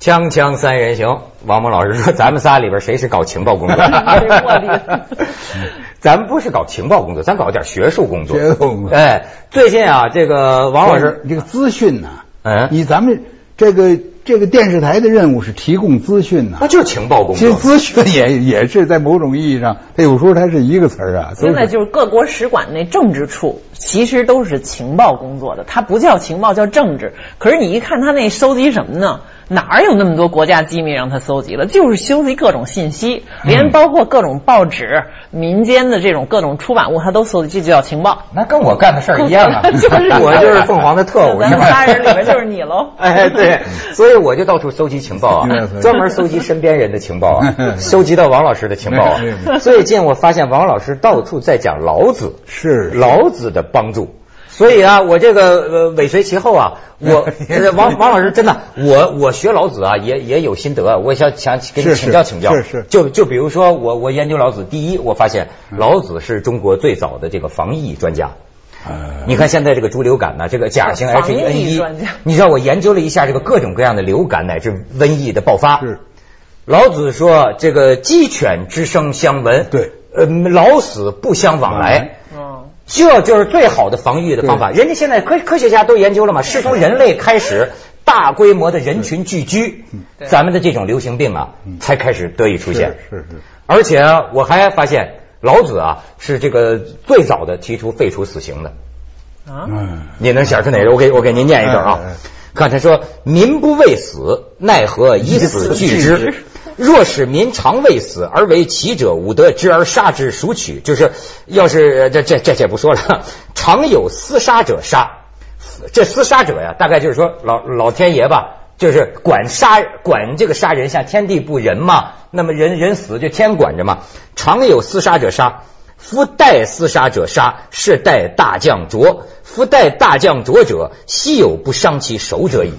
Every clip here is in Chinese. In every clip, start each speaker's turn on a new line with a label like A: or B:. A: 锵锵三人行，王蒙老师说：“咱们仨里边谁是搞情报 工作？
B: 谁是卧底
A: 咱们不是搞情报工作，咱搞点学术工作。
C: 学术工作
A: 哎，最近啊，这个王老师，
C: 这个资讯呐、
A: 嗯
C: 你咱们这个这个电视台的任务是提供资讯呐、
A: 那就是情报工
C: 其实
A: 作。
C: 资讯也也是在某种意义上，它有时候它是一个词儿啊。所以
B: 现在
C: 说
B: 就是各国使馆那政治处，其实都是情报工作的，它不叫情报，叫政治。可是你一看他那收集什么呢？哪有那么多国家机密让他搜集了？就是收集各种信息，连包括各种报纸、民间的这种各种出版物，他都搜集，这就叫情报。
A: 那跟我干的事儿一样啊，
B: 就是你
A: 我就是凤凰的特 务，
B: 那咱们
A: 是吧
B: 仨人里边就是你喽
A: 哎，对，所以我就到处搜集情报啊
C: 对对，
A: 专门搜集身边人的情报啊，搜集到王老师的情报
C: 对
A: 啊。最近我发现王老师到处在讲老子，
C: 是
A: 老子的帮助。所以啊，我这个呃尾随其后啊， 我呃王王老师真的，我我学老子啊也也有心得啊，我想想给你
C: 是是
A: 请教请教。
C: 是是
A: 就就比如说我我研究老子，第一我发现老子是中国最早的这个防疫专家。
C: 呃
A: 你看现在这个猪流感呢，这个甲型
B: 防
A: H 1 N
B: 疫
A: 一
B: 专家，
A: 你知道我研究了一下这个各种各样的流感乃至瘟疫的爆发。
C: 是
A: 老子说这个鸡犬之声相闻，
C: 对，
A: 呃，老死不相往
C: 往
A: 来
C: 来。
B: 嗯，
A: 这就是最好的防御的方法。人家现在科科学家都研究了嘛，是从人类开始大规模的人群聚居，
B: 对
A: 咱们的这种流行病啊，
C: 嗯
A: 才开始得以出现。
C: 是是是
A: 而且啊我还发现，老子啊是这个最早的提出废除死刑的。
B: 啊，
C: 嗯，
A: 你能想出哪个？我给我给您念一段啊
C: 哎哎哎。
A: 看他说：“民不畏死，奈何以死惧之？若使民常畏死而为其者，吾得之而杀之，孰取？”就是要是呃这这这这不说了，常有厮杀者杀。这厮杀者呀，大概就是说老老天爷吧，就是管杀管这个杀人，像天地不仁嘛。那么人人死就天管着嘛。常有厮杀者杀，夫待厮杀者杀，是待大将浊。夫待大将浊者，稀有不伤其手者矣。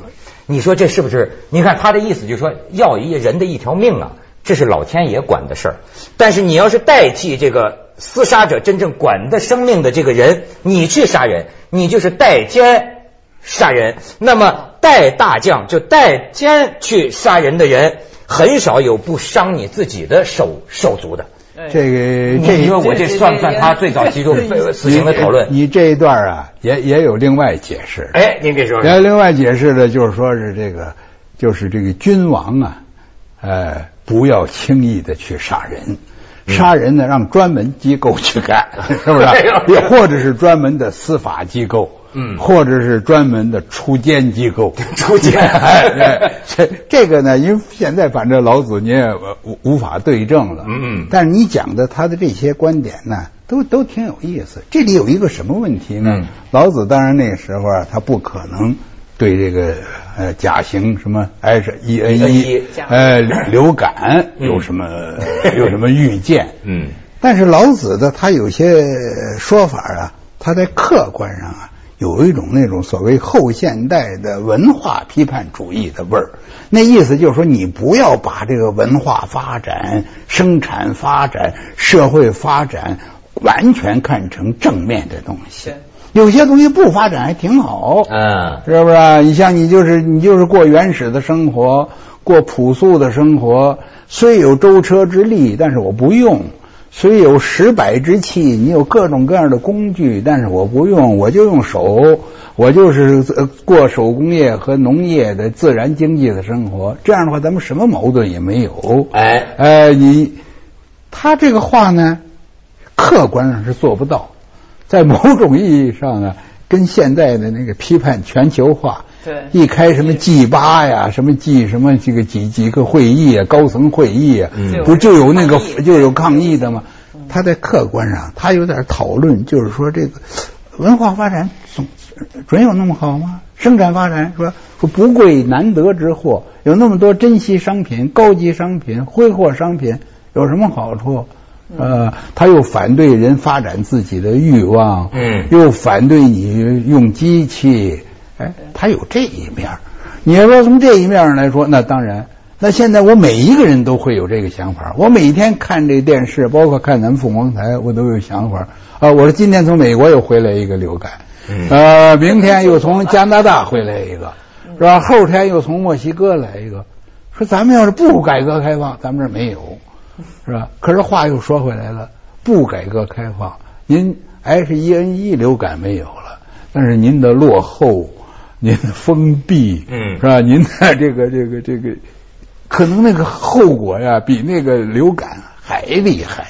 A: 你说这是不是？你看他的意思就是说，要一人的一条命啊，这是老天爷管的事儿。但是你要是代替这个厮杀者真正管的生命的这个人，你去杀人，你就是代奸杀人。那么代大将就代奸去杀人的人，很少有不伤你自己的手手足的。
B: 哎
C: 这个这
A: 你说嗯我这算不算他最早提出死刑的讨论？
C: 你这一段啊，也也有另外解释。
A: 哎，您给说
C: 然
A: 说。
C: 后另外解释的就是说是这个，就是这个君王啊，呃，不要轻易的去杀人，杀人呢让专门机构去干，是不
A: 嗯
C: 是啊
A: 哎呦？
C: 也或者是专门的司法机构，
A: 嗯
C: 或者是专门的锄奸机 构，
A: 锄奸
C: 哎哎这这个呢，因为现在反正老子你也无无法对证了，
A: 嗯嗯
C: 但是你讲的他的这些观点呢，都都挺有意思。这里有一个什么问题呢？
A: 嗯
C: 老子当然那个时候啊，他不可能对这个呃甲型什么 H 一 N 一
B: 甲
C: 呃流感
A: 嗯
C: 有什么、有什么预见？
A: 嗯，
C: 但是老子的他有些说法啊，他在客观上啊，有一种那种所谓后现代的文化批判主义的味儿。那意思就是说，你不要把这个文化发展、生产发展、社会发展完全看成正面的东西
B: 对。
C: 有些东西不发展还挺好，
A: 嗯
C: 是不是啊？你像你就是你就是过原始的生活，过朴素的生活，虽有舟车之力，但是我不用；虽有石柏之器，你有各种各样的工具，但是我不用，我就用手，我就是呃过手工业和农业的自然经济的生活。这样的话，咱们什么矛盾也没有。
A: 哎
C: 呃，你他这个话呢，客观上是做不到，在某种意义上呢，跟现在的那个批判全球化，
B: 对
C: 一开什么 G 八呀，什么 G 什么这个几几个会议啊，高层会议啊，
A: 嗯
C: 不就有那个
B: 抗议
C: 就有抗议的吗？他在客观上，他有点讨论，就是说这个文化发展总准有那么好吗？生产发展说说不贵难得之货，有那么多珍稀商品、高级商品、挥霍商品，有什么好处？呃，他又反对人发展自己的欲望，
A: 嗯
C: 又反对你用机器，哎，他有这一面儿。你要说从这一面上来说，那当然，那现在我每一个人都会有这个想法。我每天看这电视，包括看咱们凤凰台，我都有想法。啊，我说今天从美国又回来一个流感，
A: 嗯
B: 嗯
C: 呃，明天又从加拿大回来一个，是吧？后天又从墨西哥来一个。说咱们要是不改革开放，咱们这儿没有，
B: 嗯
C: 是吧？可是话又说回来了，不改革开放，您哎 H1N1 E 流感没有了，但是您的落后、您的封闭，
A: 嗯
C: 是吧？您的这个这个这个，可能那个后果呀，比那个流感还厉害。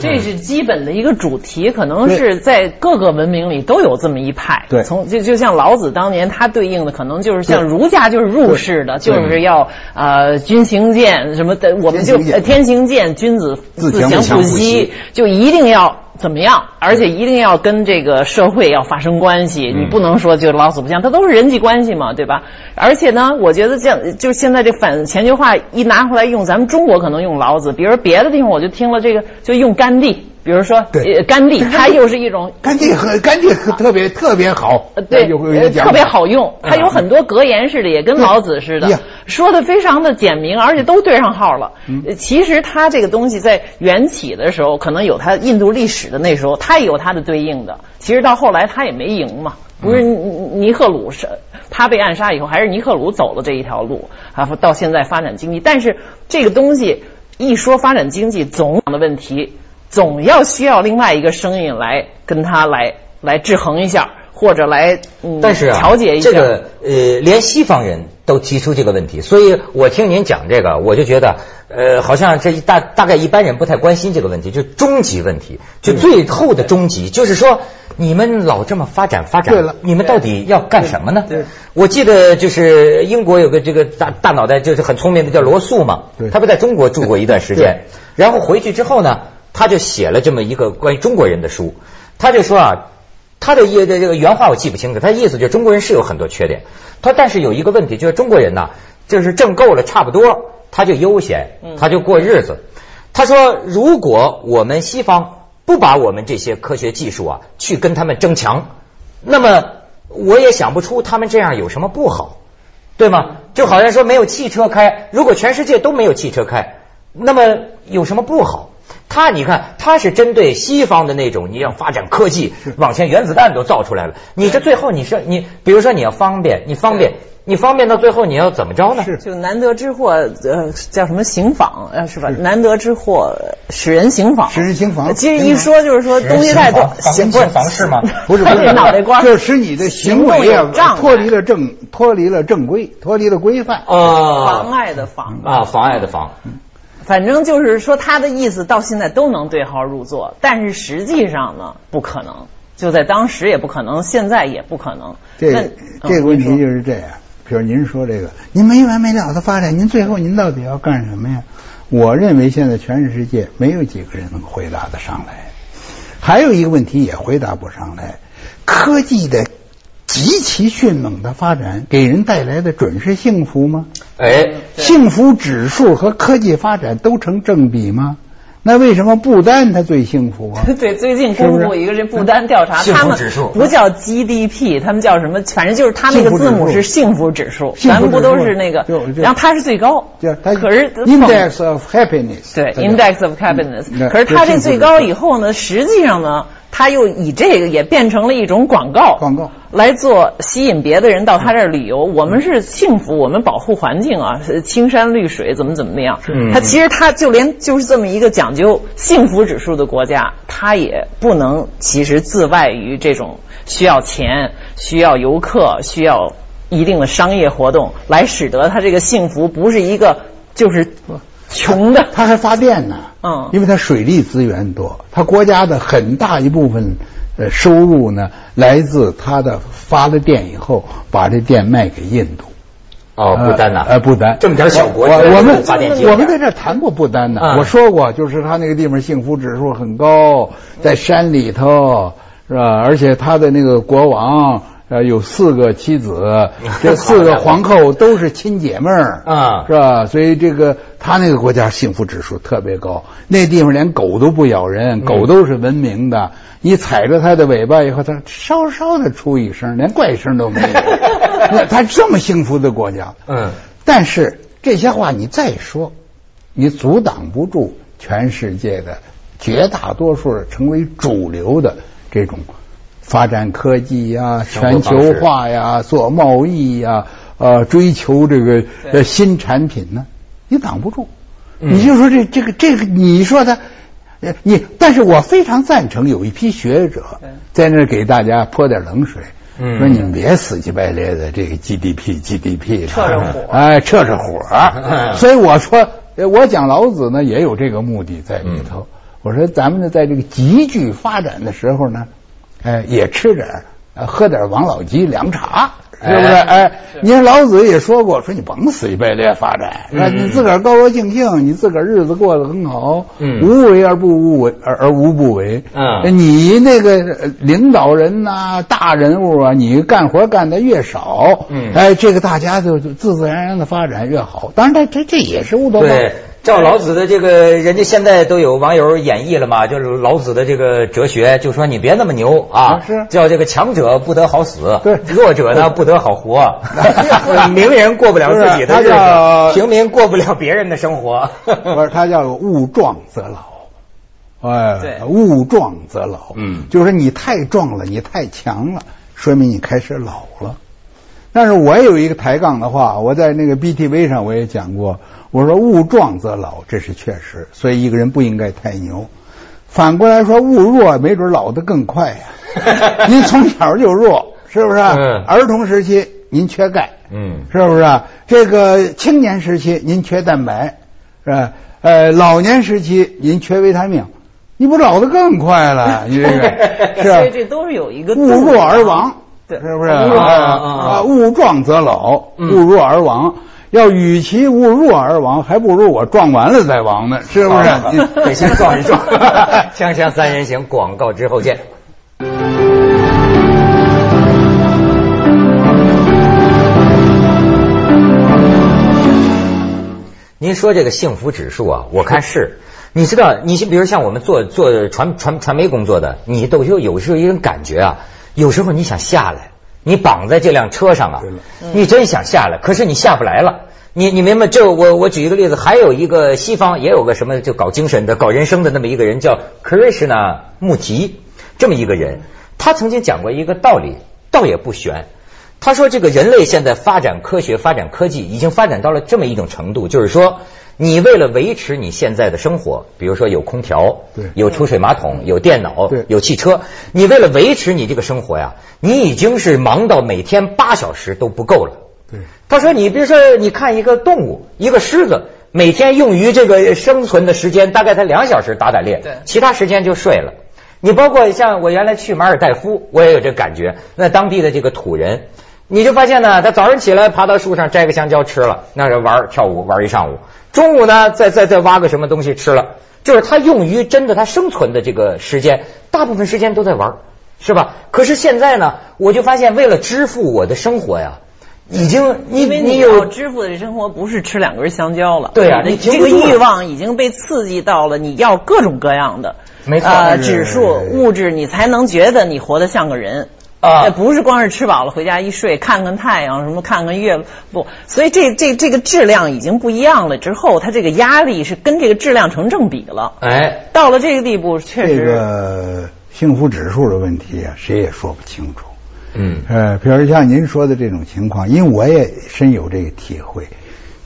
B: 这是基本的一个主题，可能是在各个文明里都有这么一派。
C: 对
B: 从就就像老子当年他对应的可能就是像
C: 对
B: 儒家就是入世的，
C: 对
B: 就是要呃君行健什么的，我们就
C: 天行健
B: 呃天行健，君子
C: 自
B: 自
C: 强
B: 强不
C: 不息
B: 息，就一定要。怎么样？而且一定要跟这个社会要发生关系，
C: 嗯
B: 你不能说就老死不相，它都是人际关系嘛，对吧？而且呢，我觉得这样，就现在这反全球化一拿回来用，咱们中国可能用老子，比如别的地方我就听了这个，就用甘地，比如说
C: 对
B: 呃甘地，它又是一种
C: 干净很干净，特别特别好
B: 呃， 对，
C: 那就会
B: 呃
C: 讲
B: 特别好用，它有
C: 嗯
B: 很多格言似的，也跟老子似
C: 哎
B: 的
C: 呀，
B: 说的非常的简明，而且都对上号了。
C: 嗯
B: 呃其实它这个东西在缘起的时候，可能有它印度历史的那时候，它也有它的对应的。其实到后来它也没赢嘛，
C: 嗯
B: 不是尼尼赫鲁是他被暗杀以后，还是尼赫鲁走了这一条路啊，到现在发展经济。但是这个东西一说发展经济，总有的问题总要需要另外一个声音来跟他来来制衡一下，或者来嗯
A: 但是啊，
B: 调节一下。
A: 这个呃，连西方人都提出这个问题，所以我听您讲这个，我就觉得呃，好像这一大大概一般人不太关心这个问题，就终极问题，就最后的终极，就是说你们老这么发展发展，
C: 嗯对了
A: 你们到底要干什么呢？
C: 对对
A: 我记得就是英国有个这个大大脑袋就是很聪明的叫罗素嘛
C: 对，
A: 他不在中国住过一段时间，然后回去之后呢，他就写了这么一个关于中国人的书，他就说啊。他的意这这个原话我记不清楚，他意思就是中国人是有很多缺点，他但是有一个问题就是中国人呐，就是挣够了差不多，他就悠闲
B: 嗯，
A: 他就过日子。他说，如果我们西方不把我们这些科学技术啊去跟他们争强，那么我也想不出他们这样有什么不好，对吗？就好像说没有汽车开，如果全世界都没有汽车开，那么有什么不好？他你看，他是针对西方的那种，你要发展科 技，往前原子弹都造出来了，你这最后你是你，比如说你要方便，你方便，你方便到最后你要怎么着呢？
C: 是
B: 就难得之货，呃，叫什么行访，呃，是吧？难得之货，使人行访。
C: 使人行房。
B: 其实一说就是说东西太多，
A: 行
B: 不
A: 不是房事吗？
C: 不是不是
B: 脑袋瓜
C: 就是使你的行为
B: 行
C: 啊
B: 动有障碍哦
C: 脱离了正脱离了正规，脱离了规范。
B: 妨
A: 啊
B: 碍的妨。
A: 啊，妨碍的妨，
C: 嗯
B: 反正就是说，他的意思到现在都能对号入座，但是实际上呢，不可能，就在当时也不可能，现在也不可能。
C: 这
B: 那嗯哦
C: 个这个问题就是这样。比如您说这个，您没完没了的发展，您最后您到底要干什么呀？我认为现在全世界没有几个人能回答得上来。还有一个问题也回答不上来，科技的极其迅猛的发展给人带来的准是幸福吗？
A: 哎，
B: 对
C: 幸福指数和科技发展都成正比吗？那为什么不丹它最幸福啊？
B: 对，最近
C: 是
B: 公
C: 不是
B: 布一个这不丹调查，
A: 幸
B: 他
A: 福
B: 们
A: 指数
B: 不叫 GDP，他们叫什么？反正就是他那个字母是幸福指数，
C: 幸福指数
B: 咱们不都是那个
C: 就？就
B: 然后它是最高，
C: 就它
B: 可是
C: index of happiness
B: 对
C: 它叫
B: index of happiness，、
C: 嗯那
B: 可是它这
C: 幸福指
B: 最
C: 数
B: 高以后呢，实际上呢，它又以这个也变成了一种广告，
C: 广告
B: 来做吸引别的人到他这儿旅游。
C: 嗯
B: 我们是幸福，我们保护环境啊，是青山绿水，怎么怎么样
A: 嗯。
B: 它其实它就连就是这么一个讲究幸福指数的国家，它也不能其实自外于这种需要钱、需要游客、需要一定的商业活动来使得它这个幸福不是一个就是穷的。
C: 它还发电呢，
B: 嗯
C: 因为它水利资源多，它国家的很大一部分呃收入呢来自它的发了电以后，把这电卖给印度。
A: 哦，不丹呐，
C: 呃，不丹，
A: 这么点小国，
C: 我
A: 居然
C: 我
A: 有
C: 们
A: 发电机
C: 我们在这儿谈过不丹呢
A: 嗯，，
C: 我说过，就是他那个地方幸福指数很高，在山里头是吧？而且他的那个国王呃有四个妻子 这四个皇后都是亲姐妹儿
A: 嗯
C: 是吧？所以这个他那个国家幸福指数特别高，那地方连狗都不咬人，狗都是文明的。你踩着它的尾巴以后，它稍稍的出一声，连怪声都没有。那它这么幸福的国家，
A: 嗯，
C: 但是这些话你再说，你阻挡不住全世界的绝大多数的成为主流的这种发展科技呀、全球化呀、做贸易呀、呃，追求这个
B: 对嗯
C: 呃新产品呢、你挡不住。你就说这这个这个，你说他，呃你，但是我非常赞成有一批学者在那儿给大家泼点冷水，
A: 嗯
C: 说你们别死气白咧的这个 GDP GDP 的
B: 撤着火
C: 哎，撤着火 儿。所以我说，呃我讲老子呢也有这个目的在里头。
B: 嗯
C: 我说咱们呢，在这个急剧发展的时候呢，哎，也吃点儿呃喝点儿王老吉凉茶。是不是？
A: 哎
C: 哎，你看老子也说过，说你甭死气白咧发展，
A: 嗯
C: 那你自个儿高高兴兴，你自个儿日子过得很好，
A: 嗯
C: 无为而不无为而而无不为。
A: 嗯
C: 你那个呃领导人呐、大人物啊，你干活干的越少，
A: 嗯
C: 哎，这个大家就就自自然然的发展越好。当然它，这这也是乌托邦。
A: 对，照老子的这个，人家现在都有网友演绎了嘛，就是老子的这个哲学，就说你别那么牛啊
C: 啊，是
A: 叫这个强者不得好死，
C: 对
A: 弱者呢不得好活
C: 哎，
A: 名人过不了自己的日
C: 不是啊他
A: 子，
C: 叫
A: 平民过不了别人的生活。
C: 不是，他叫物壮则老，哎
B: 对，
C: 物壮则老，
A: 嗯
C: 就是你太壮了，你太强了，说明你开始老了。但是我也有一个抬杠的话，我在那个 BTV 上我也讲过，我说物壮则老，这是确实，所以一个人不应该太牛。反过来说，物弱没准老得更快 呀、您从小就弱，是不是？啊
A: 嗯
C: 儿童时期您缺钙，
A: 嗯
C: 是不是啊？这个青年时期您缺蛋白，是吧？呃，老年时期您缺维他命，你不老得更 快了？你这个是吧
B: 所以这都是有一个
C: 物弱而亡，
B: 对
C: 是不是？
B: 啊
A: 啊啊啊
C: 啊，物壮则老，
A: 嗯
C: 物弱而亡。要与其物弱而亡，还不如我撞完了再亡呢，是不 是
A: 好？
C: 你
A: 啊得先撞一撞。 锵锵三人行，广告之后见。您说这个幸福指数啊，我看是。你知道，你比如像我们做做传传传媒工作的，你都有有时候一种感觉啊，有时候你想下来，你绑在这辆车上啊
C: 对了，
A: 你真想下来，可是你下不来了。你你明白？就我我举一个例子，还有一个西方也有个什么就搞精神的、搞人生的那么一个人叫 Krishna 穆提，这么一个人，他曾经讲过一个道理，倒也不玄。他说，这个人类现在发展科学、发展科技，已经发展到了这么一种程度，就是说，你为了维持你现在的生活，比如说有空调，
C: 对
A: 有抽水马桶，有电脑
C: 对，
A: 有汽车，你为了维持你这个生活呀，你已经是忙到每天八小时都不够了。
C: 对。
A: 他说：“你比如说，你看一个动物，一个狮子，每天用于这个生存的时间大概才两小时打打猎，
B: 对
A: 其他时间就睡了。你包括像我原来去马尔代夫，我也有这感觉。那当地的这个土人，你就发现呢，他早上起来爬到树上摘个香蕉吃了，那是玩儿跳舞玩儿一上午。中午呢，再再再挖个什么东西吃了，就是他用于真的他生存的这个时间，大部分时间都在玩儿，是吧？可是现在呢，我就发现为了支付我的生活呀。”已经你
B: 因为
A: 你
B: 你
A: 有
B: 要支付的生活不是吃两根香蕉了，
A: 对啊
B: 你
A: 你
B: 的
A: 停
B: 这
A: 不
B: 个
A: 住了
B: 欲望已经被刺激到了，你要各种各样的，
A: 没错
B: 呃
A: 是
B: 指数物质，你才能觉得你活得像个人。
A: 啊
B: 呃不是光是吃饱了回家一睡，看看太阳什么，看看月不，所以这这这个质量已经不一样了。之后，它这个压力是跟这个质量成正比了。
A: 哎，
B: 到了这个地步，确实，
C: 这个幸福指数的问题啊，谁也说不清楚。
A: 嗯
C: 呃，比如像您说的这种情况，因为我也深有这个体会，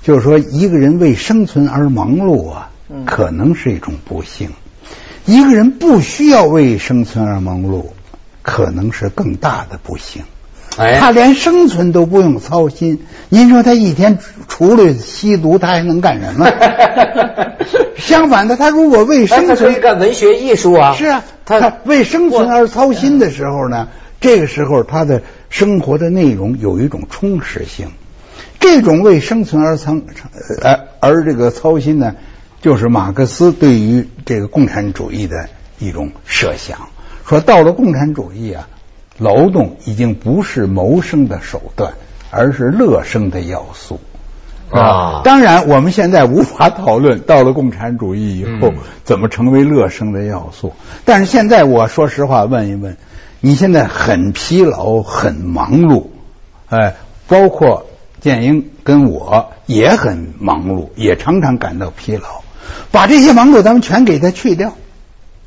C: 就是说一个人为生存而忙碌啊，可能是一种不幸；一个人不需要为生存而忙碌，可能是更大的不幸。他
A: 哎，
C: 连生存都不用操心，您说他一天除了吸毒，他还能干什 么？相反的，他如果为生
A: 他可
C: 存
A: 以，干文学艺术啊，
C: 是啊，
A: 他
C: 他为生存而操心的时候呢，这个时候他的生活的内容有一种充实性。这种为生存而操而而这个操心呢，就是马克思对于这个共产主义的一种设想，说到了共产主义啊，劳动已经不是谋生的手段，而是乐生的要素。
A: 啊
C: 当然，我们现在无法讨论到了共产主义以后、
A: 嗯
C: 怎么成为乐生的要素。但是现在，我说实话问一问，你现在很疲劳、很忙碌，哎，包括建英跟我也很忙碌，也常常感到疲劳。把这些忙碌咱们全给它去掉，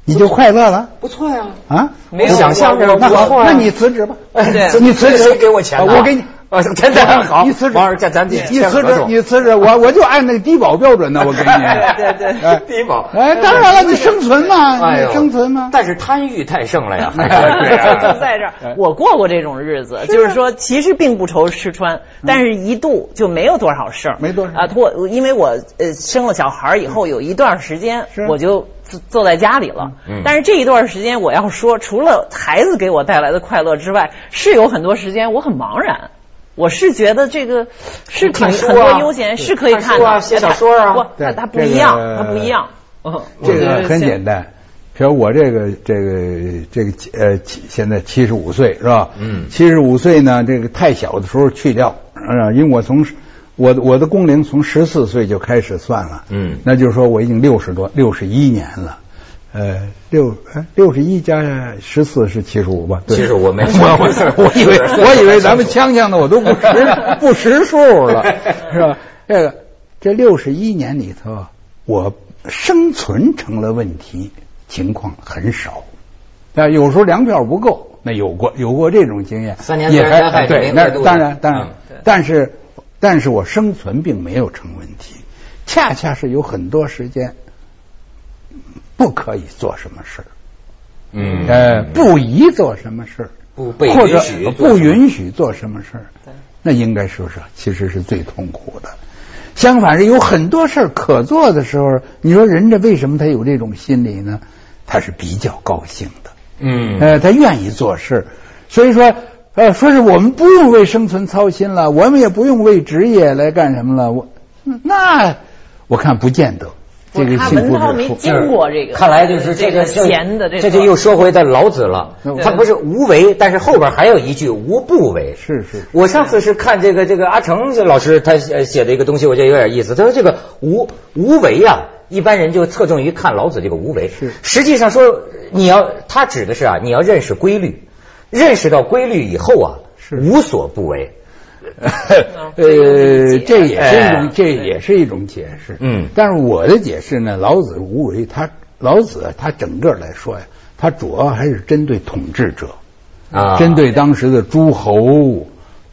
C: 你就快乐了
A: 不错呀，
C: 啊！
B: 没有
A: 想象
B: 我
A: 中的
C: 那
A: 不
C: 好
A: 错，呀
C: 那你辞职吧，
A: 哎
B: 对
C: 你辞职，啊
A: 谁给我钱呢
C: 我给你，
A: 哦，真的好，
C: 你辞职
A: 王老师，这咱
C: 你
A: 签
C: 辞
A: 合
C: 职，
A: 同。
C: 你辞职，我我就按那个低保标准的，我给 你。
B: 对对对
C: 哎
A: 低保
C: 哎，当然了，你生存嘛，
A: 哎呦
C: 你生存嘛。
A: 但是贪欲太盛了呀， 还是啊 这样
B: 就在这儿，我过过这种日子，就是说，其实并不愁吃穿，但是一度就没有多少事儿，
C: 没多少
B: 啊。我因为我呃生了小孩儿以后，有一段时间
C: 是
B: 我就坐坐在家里了
A: 嗯。
B: 但是这一段时间，我要说，除了孩子给我带来的快乐之外，是有很多时间我很茫然。我是觉得这个是挺
A: 看书啊
B: 很多悠闲是可以
A: 看
B: 看
A: 书啊
B: 的，哎
A: 写小说啊
B: 不，
C: 对
B: 它它不
C: 这个
B: 一样，它不一样。嗯，
C: 这
B: 我觉
C: 个
B: 得现
C: 很简单。比如我这个这个这个呃，七现在七十五岁是吧？
A: 嗯
C: 七十五岁呢，这个太小的时候去掉，啊、因为我从我的我的工龄从十四岁就开始算了，
A: 嗯
C: 那就是说我已经六十多六十一年了，呃，六哎六十一加十四是七十五吧？对
A: 75没
C: 我我我以为我以为咱们锵锵的我都不识不识数 了，是吧？这个这六十一年里头，我生存成了问题，情况很少。啊，有时候粮票不够，那有过有过这种经验，
A: 三年
C: 也
A: 自然灾害
C: 还哎
A: 没
C: 对，
A: 有
C: 那
A: 过渡
C: 当然当
A: 嗯
C: 然，但是但是我生存并没有成问题，恰恰是有很多时间不可以做什么事儿，
A: 嗯，
C: 呃，不宜做什么事儿，
A: 不被
C: 或
A: 允
C: 者
A: 许做
C: 不
A: 什么
C: 允许做什么事儿，那应该说是其实是最痛苦的。相反是有很多事儿可做的时候，你说人家为什么他有这种心理呢？他是比较高兴的。
A: 嗯，
C: 呃，他愿意做事，所以说，呃，说是我们不用为生存操心了，我们也不用为职业来干什么了。我那我看不见得，
B: 不
C: 这个
B: 他
C: 幸
B: 文
C: 福
B: 涛
C: 指
B: 没
C: 数
B: 经过这个
A: 看来就是这个
B: 这个闲的这
A: 这
B: 个
A: 就又说回到老子了
C: 那我。
A: 他不是无为，但是后边还有一句无不为。
C: 是是是
A: 我上次是看这个这个阿成老师他呃写的一个东西，我觉得有点意思。他说这个无无为啊，一般人就侧重于看老子这个无为。
C: 是
A: 实际上说你要他指的是啊，你要认识规律，认识到规律以后啊，
C: 是
A: 无所不为。
C: 呃，这也是一
A: 嗯哎
C: 种，这也是一种解释。
A: 嗯
C: 但是我的解释呢，老子无为，他老子啊他整个来说呀，他主要还是针对统治者。
A: 啊，
C: 针对当时的诸侯、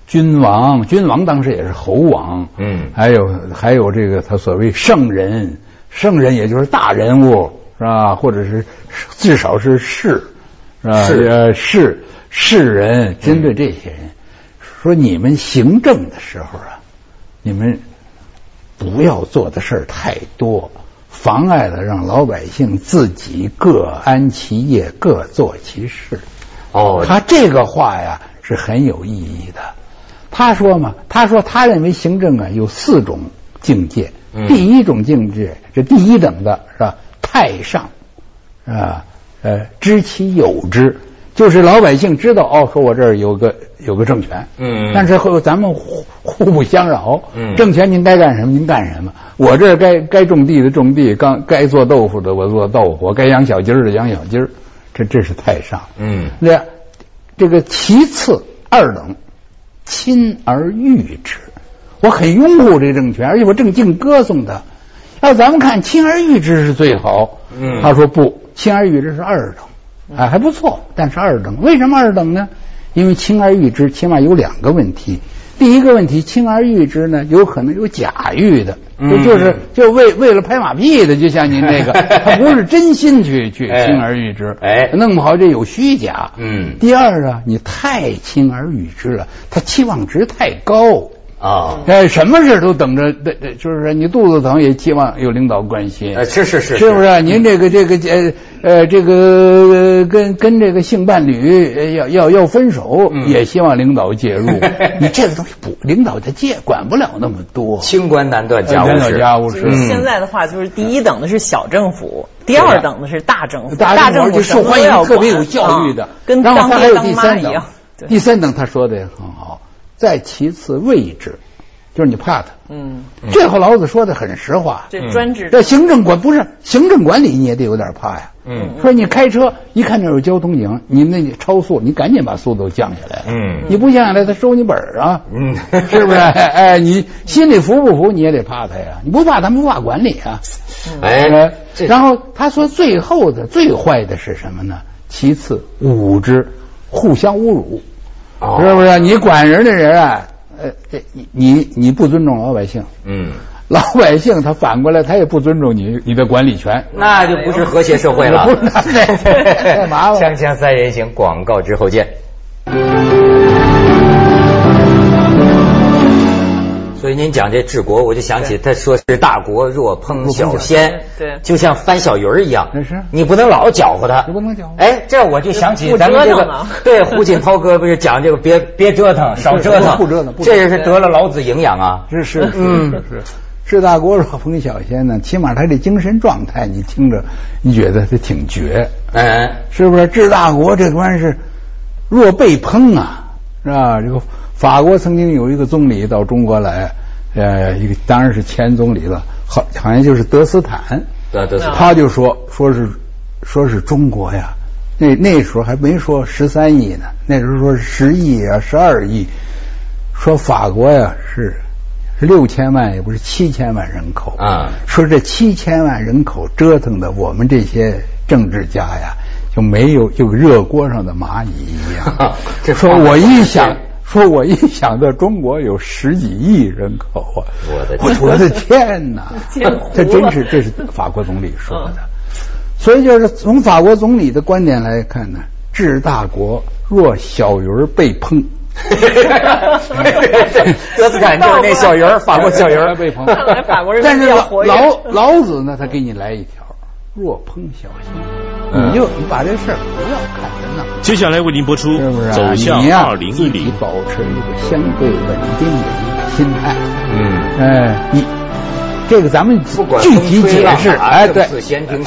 C: 君王，君王当时也是侯王，
A: 嗯
C: 还有还有这个他所谓圣人，圣人也就是大人物是吧？或者是至少是士是吧？
A: 士
C: 呃士士人，针对这些人、说你们行政的时候啊，你们不要做的事儿太多。妨碍了让老百姓自己各安其业，各做其事。
A: 哦，
C: 他这个话呀是很有意义的。他说嘛，他说他认为行政啊有四种境界，
A: 嗯
C: 第一种境界是第一等的，是吧？太上，啊，呃，知其有之，就是老百姓知道哦，说我这儿有个有个政权，
A: 嗯
C: 但是后咱们互互不相扰，
A: 嗯
C: 政权您该干什么您干什么，我这儿该该种地的种地，刚该做豆腐的我做豆腐，我该养小鸡儿的养小鸡儿，这这是太上，
A: 嗯
C: 那这个其次二等，亲而誉之。我很拥护这个政权，而且我正经歌颂他。要咱们看亲而誉之是最好。
A: 嗯
C: 他说不，亲而誉之是二等，哎，还不错，但是二等。为什么二等呢？因为亲而誉之起码有两个问题。第一个问题，亲而誉之呢，有可能有假誉的，
A: 嗯
C: 就就是就为为了拍马屁的，就像您 这个，他不是真心去去
A: 哎
C: 亲而誉之，
A: 哎
C: 弄不好这有虚假。
A: 嗯
C: 第二啊，你太轻而易之了，他期望值太高。
A: 啊。
C: 哎，什么事都等着，对对，就是说你肚子疼也期望有领导关心，
A: 呃是是是
C: 是不是啊？您这个这个呃呃，这个呃跟跟这个性伴侣呃要要要分手，
A: 嗯
C: 也希望领 导介入。你这个东西不，领导他介管不了那么多。
A: 清官难断 家务
C: 领导
A: 事，嗯
C: 家务
B: 就
C: 事，
B: 是现在的话，就是第一等的是小政府，第二等的是大政府，
C: 啊大
B: 政府
C: 就
B: 什么
C: 受
B: 都
C: 欢迎
B: 要，管
C: 特别有教育的
B: 啊。跟
C: 然后
B: 当
C: 他还
B: 爹
C: 有
B: 当
C: 第
B: 妈
C: 三
B: 一
C: 等
B: 样。，
C: 第
B: 对，
C: 三等他说的也很好。再其次位置，就是你怕他。
B: 嗯，
C: 这和老子说的很实话。
B: 这专制
C: 这行政管不是行政管理，你也得有点怕呀。
A: 嗯
C: 说你开车一看这有交通警，你那你超速，你赶紧把速度降下来。
A: 嗯
C: 你不降下来，他收你本儿啊。
A: 嗯
C: 是 不是？哎，你心里服不服？你也得怕他呀。你不怕他没法管理啊。
A: 哎，这
C: 然后他说最后的最坏的是什么呢？其次，侮之，互相侮辱，
A: 哦
C: 是不是？你管人的人啊，呃，你你你不尊重老百姓，
A: 嗯，
C: 老百姓他反过来他也不尊重你你的管理权，
A: 那就不是和谐社会了。
C: 不是太麻烦
A: 锵锵三人行，广告之后见。所以您讲这治国，我就想起他说是大国若烹小鲜，
B: 对
A: 就像翻小鱼儿一样
C: 那是，
A: 你不能老搅和它，
C: 你不能搅和
A: 哎，这我就想起
B: 不
A: 咱们这
B: 折腾
A: 个
B: 啊
A: 对胡锦涛哥不是讲这个别别折腾，少折腾，
C: 不折腾不折
A: 这
C: 腾
A: 也是得了老子营养啊。
C: 是是是
A: 嗯
C: 是是，治大国若烹小鲜呢，起码他这精神状态，你听着，你觉得他挺绝，
A: 嗯，
C: 是不是？治大国这关是若被烹啊，是吧？这个法国曾经有一个总理到中国来，呃，一个当然是前总理了，好好像就是德斯坦，
A: 对对对，
C: 他就说说是说是中国呀，那那时候还没说十三亿呢，那时候说十亿啊，十二亿，说法国呀是六千万，也不是七千万人口
A: 啊
C: 说这七千万人口折腾的我们这些政治家呀，就没有就热锅上的蚂蚁一 样。
A: 这
C: 说
A: 话
C: 我一
A: 对
C: 想。说我一想到中国有十几亿人口啊，
A: 我的天
C: 我的天哪
B: 见糊了，嗯
C: 这真是这是法国总理说的。 所以就是从法国总理的观点来看呢，治大国若小鱼儿被烹。
A: 德斯坦就是那小鱼儿，法国小鱼儿
C: 被 烹
B: 看来法国人
C: 但是
B: 比较
C: 老
B: 活跃
C: 老老子呢，他给你来一条：若烹小鲜，
A: 嗯
C: 你就你把这事儿不要看得那么
D: 接下来为您播出
C: 是不是、
D: 《
C: 啊？
D: 嗯走向
C: 你呀
D: 二零
C: 自
D: 一零
C: 己》。保持一个相对稳定的一个心态。
A: 嗯，
C: 哎，你这个咱们
A: 不管
C: 具
A: 风
C: 体
A: 吹
C: 解
A: 浪
C: 释，
A: 打
C: 哎，
A: 胜
C: 对哎
A: 似闲庭，信